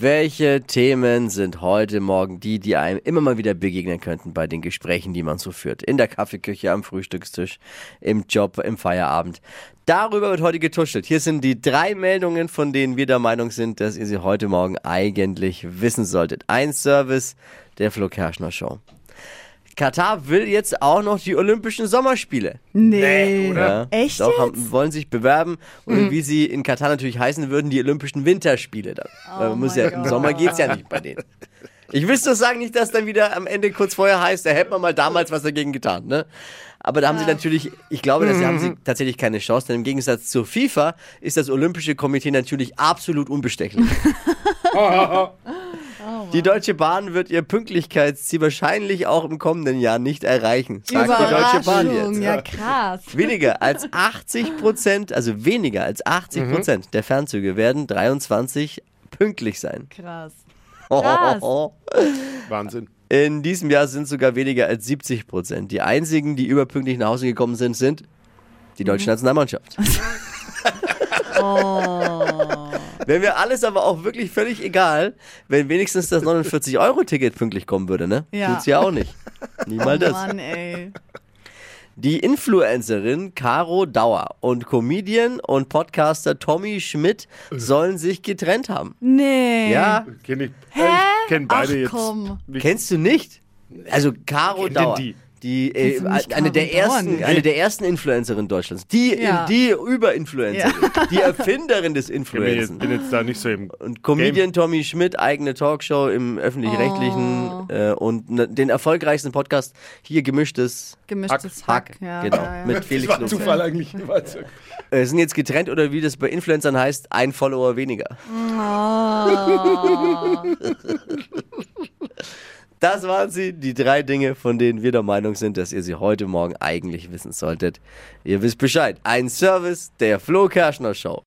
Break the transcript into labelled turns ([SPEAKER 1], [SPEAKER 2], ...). [SPEAKER 1] Welche Themen sind heute Morgen die, die einem immer mal wieder begegnen könnten bei den Gesprächen, die man so führt? In der Kaffeeküche, am Frühstückstisch, im Job, im Feierabend. Darüber wird heute getuschelt. Hier sind die drei Meldungen, von denen wir der Meinung sind, dass ihr sie heute Morgen eigentlich wissen solltet. Ein Service der Flo Kerschner Show. Katar will jetzt auch noch die Olympischen Sommerspiele.
[SPEAKER 2] Nee.
[SPEAKER 1] Ja.
[SPEAKER 2] Echt
[SPEAKER 1] Doch,
[SPEAKER 2] jetzt? Hm.
[SPEAKER 1] haben, wollen sich bewerben und wie sie in Katar natürlich heißen würden, die Olympischen Winterspiele dann. Weil man muss
[SPEAKER 2] Oh mein
[SPEAKER 1] ja, Im
[SPEAKER 2] Gott.
[SPEAKER 1] Sommer geht es ja nicht bei denen. Ich will doch sagen, nicht, dass dann wieder am Ende kurz vorher heißt, da hätte man mal damals was dagegen getan. Ne? Aber da haben sie natürlich, ich glaube, da haben
[SPEAKER 2] Mhm.
[SPEAKER 1] sie tatsächlich keine Chance, denn im Gegensatz zur FIFA ist das Olympische Komitee natürlich absolut unbestechlich.
[SPEAKER 2] Oh
[SPEAKER 1] Die Deutsche Bahn wird ihr Pünktlichkeitsziel wahrscheinlich auch im kommenden Jahr nicht erreichen, sagt die Deutsche Bahn jetzt.
[SPEAKER 2] Überraschung, ja krass.
[SPEAKER 1] Weniger als 80 Prozent, also weniger als 80 Prozent der Fernzüge werden 23 pünktlich sein.
[SPEAKER 2] Krass.
[SPEAKER 1] Oh,
[SPEAKER 2] Krass.
[SPEAKER 3] Wahnsinn.
[SPEAKER 1] In diesem Jahr sind sogar weniger als 70 Prozent. Die einzigen, die überpünktlich nach Hause gekommen sind, sind die deutsche
[SPEAKER 2] Mhm.
[SPEAKER 1] Nationalmannschaft. Wäre mir alles aber auch wirklich völlig egal, wenn wenigstens das 49-Euro-Ticket pünktlich kommen würde, ne?
[SPEAKER 2] Ja.
[SPEAKER 1] Tut's ja auch nicht. Niemals das.
[SPEAKER 2] Oh, Mann, ey.
[SPEAKER 1] Die Influencerin Caro Dauer und Comedian und Podcaster Tommy Schmidt sollen sich getrennt haben.
[SPEAKER 2] Nee.
[SPEAKER 1] Ja,
[SPEAKER 3] Kenn ich also
[SPEAKER 2] Hä?
[SPEAKER 3] ich kenn beide
[SPEAKER 2] Ach,
[SPEAKER 3] jetzt.
[SPEAKER 2] komm.
[SPEAKER 3] Nicht.
[SPEAKER 1] kennst du nicht? Also Caro
[SPEAKER 3] Kennt
[SPEAKER 1] Dauer.
[SPEAKER 3] denn die?
[SPEAKER 1] Die, äh,
[SPEAKER 2] Kennst du nicht
[SPEAKER 1] eine, der
[SPEAKER 2] Caro Dauer
[SPEAKER 1] ersten,
[SPEAKER 2] nicht?
[SPEAKER 1] eine der ersten Influencerin Deutschlands. Die,
[SPEAKER 2] Ja.
[SPEAKER 1] die Überinfluencerin. Die Erfinderin des
[SPEAKER 3] Ich bin jetzt,
[SPEAKER 1] Influenzen.
[SPEAKER 3] bin jetzt da nicht so im.
[SPEAKER 1] Und Comedian Tommy Schmidt, eigene Talkshow im
[SPEAKER 2] Oh.
[SPEAKER 1] öffentlich-rechtlichen äh, und ne, den erfolgreichsten Podcast hier gemischtes
[SPEAKER 2] Gemischtes Hack.
[SPEAKER 1] Hack.
[SPEAKER 2] Ja,
[SPEAKER 1] genau,
[SPEAKER 2] ja, ja.
[SPEAKER 1] mit Felix Lobrecht.
[SPEAKER 3] eigentlich.
[SPEAKER 1] äh, sind jetzt getrennt oder wie das bei Influencern heißt, ein Follower weniger.
[SPEAKER 2] Oh.
[SPEAKER 1] Das waren sie, die drei Dinge, von denen wir der Meinung sind, dass ihr sie heute Morgen eigentlich wissen solltet. Ihr wisst Bescheid. Ein Service der Flo Kerschner Show.